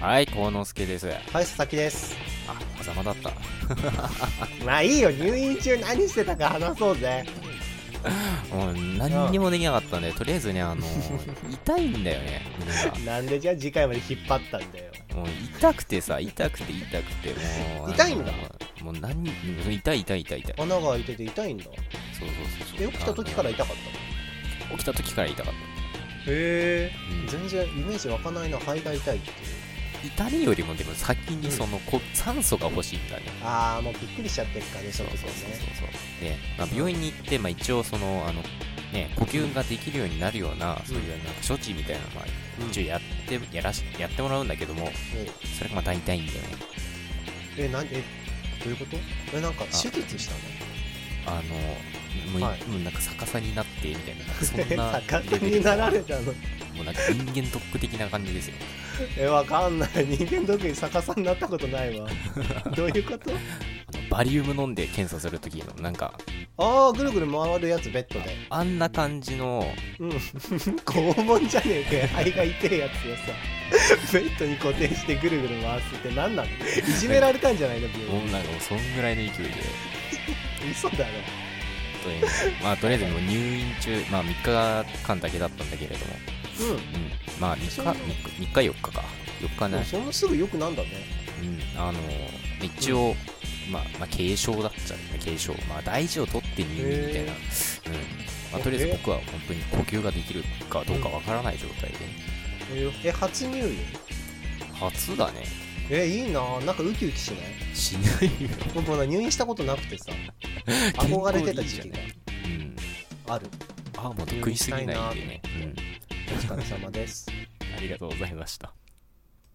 はい、幸之助です。あ、はい、佐々木です。狭間だった。まあいいよ、入院中何してたか話そうぜ。もう何にもできなかったんで、とりあえずね、あの、 痛いんだよね、胸なんでじゃあ次回まで引っ張ったんだよ。が。もう痛くてさ、痛くて痛くて、もう。痛いんだあのもう何、うん痛い痛い痛い痛い。穴が開いてて痛いんだ。そうそうそうそう。で、起きた時から痛かったのあの起きた時から痛かっへえ。た。うん全然イメージ湧かないな、肺が痛いっていう。痛みよりもでも先にその、こ酸素が欲しいんだね。あー、もうびっくりしちゃってるからね、そそうのそう時そうそはうね。そう。で、まあ、病院に行って、まあ、一応その、あの、ね、呼吸ができるようになるような、そういうなんか処置みたいなのは一応やって、やらし、やってもらうんだけども、うんそれがまた痛いんだよね。え、なんえ、どういうことえ、なんか手術したのあの、もう、はいもうなんか逆さになってみたいな、なんかそんな 逆レさベルにのなられたの。もうなんか人間ドック的な感じですよ。え、わかんない。人間特に逆さになったことないわ。どうい うことあのバリウム飲んで検査する時の、なんか、あー、ぐるぐる回るやつ、ベッドで。あんな感じの、うん、 肛門じゃねえかよ肺が痛いやつをさベッドに固定してぐるぐる回すって何なのいじめられたんじゃないの病も院うなんかもうそんぐらいの勢いで、嘘だろと りあえずまあとりあえずもう入院中、まあ3日間だけだったんだけれども、うん、まあ3日、そん3な日、3日4日か。4日うん、もなうい。そんなすぐ良くなんだねうん、あの、一応、まあ、まあ、軽症だったんだ、軽症。まあ、大事を取って入院みたいな。うへん。まあ、とりあえず僕は本当に呼吸ができるかどうかわからない状態で。ええ初入院初だね。えいいななんかウキウキしないしないよ。僕まだ入院したことなくてさ憧れてた時期がうん。あるあ、もう得意すぎないんでね。お疲れ様ですうん。ありがとうございました。